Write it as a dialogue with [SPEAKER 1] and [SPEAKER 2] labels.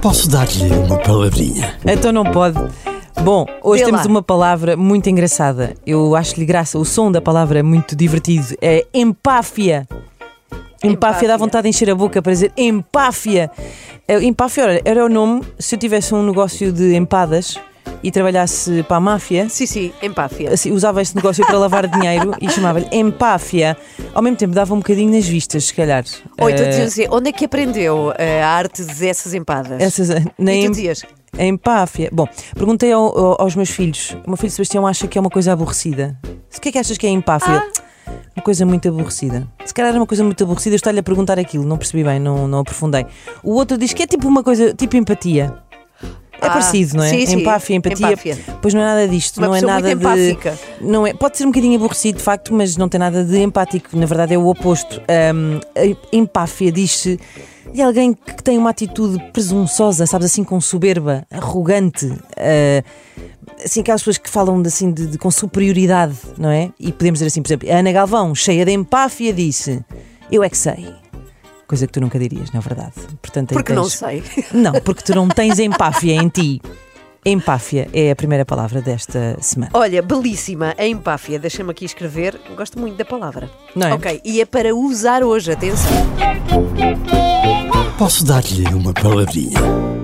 [SPEAKER 1] Posso dar-lhe uma palavrinha?
[SPEAKER 2] Então não pode. Bom, hoje
[SPEAKER 3] Dê lá.
[SPEAKER 2] temos uma palavra muito engraçada. Eu acho-lhe graça. O som da palavra é muito divertido. É empáfia. Empáfia,
[SPEAKER 3] Empáfia.
[SPEAKER 2] dá vontade de encher a boca para dizer empáfia. É, Empáfia olha, era o nome se eu tivesse um negócio de empadas e trabalhasse para a máfia.
[SPEAKER 3] Sim, sim, empáfia.
[SPEAKER 2] assim, usava este negócio para lavar dinheiro e chamava-lhe empáfia. Ao mesmo tempo dava um bocadinho nas vistas, se calhar.
[SPEAKER 3] Ou então
[SPEAKER 2] Eh,
[SPEAKER 3] diziam assim, onde é que aprendeu eh, a arte dessas empadas?
[SPEAKER 2] essas, eh, na
[SPEAKER 3] E tu
[SPEAKER 2] em-
[SPEAKER 3] dizias,
[SPEAKER 2] A empáfia. Bom, perguntei ao- ao- aos meus filhos. O meu filho Sebastião acha que é uma coisa aborrecida. O que é que achas que é empáfia?
[SPEAKER 3] Ah.
[SPEAKER 2] Uma coisa muito aborrecida. Se calhar era uma coisa muito aborrecida, eu estou-lhe a perguntar aquilo, não percebi bem, não, não aprofundei. O outro diz que é tipo uma coisa, tipo empatia. É
[SPEAKER 3] Ah,
[SPEAKER 2] parecido, não é?
[SPEAKER 3] sim, sim.
[SPEAKER 2] Empáfia, empatia.
[SPEAKER 3] Empáfia.
[SPEAKER 2] Pois não é nada disto,
[SPEAKER 3] Uma
[SPEAKER 2] não é
[SPEAKER 3] pessoa
[SPEAKER 2] nada
[SPEAKER 3] muito empática.
[SPEAKER 2] de. Não é, pode ser um bocadinho aborrecido, de facto, mas não tem nada de empático. Na verdade, é o oposto. Ahm, a empáfia diz-se de alguém que tem uma atitude presunçosa, sabes assim, com soberba, arrogante. ah, assim, aquelas pessoas que falam de- assim de, de- com superioridade, não é? E podemos dizer assim, por exemplo, a Ana Galvão, cheia de empáfia, disse: Eu é que sei. Coisa que tu nunca dirias, na verdade. Portanto, é aí
[SPEAKER 3] porque não
[SPEAKER 2] tens-
[SPEAKER 3] sei.
[SPEAKER 2] não, porque tu não tens empáfia em ti. Empáfia é a primeira palavra desta semana.
[SPEAKER 3] Olha, belíssima, a empáfia, deixa-me aqui escrever, gosto muito da palavra.
[SPEAKER 2] Não é?
[SPEAKER 3] Ok, e é para usar hoje, atenção.
[SPEAKER 1] Posso dar-lhe uma palavrinha?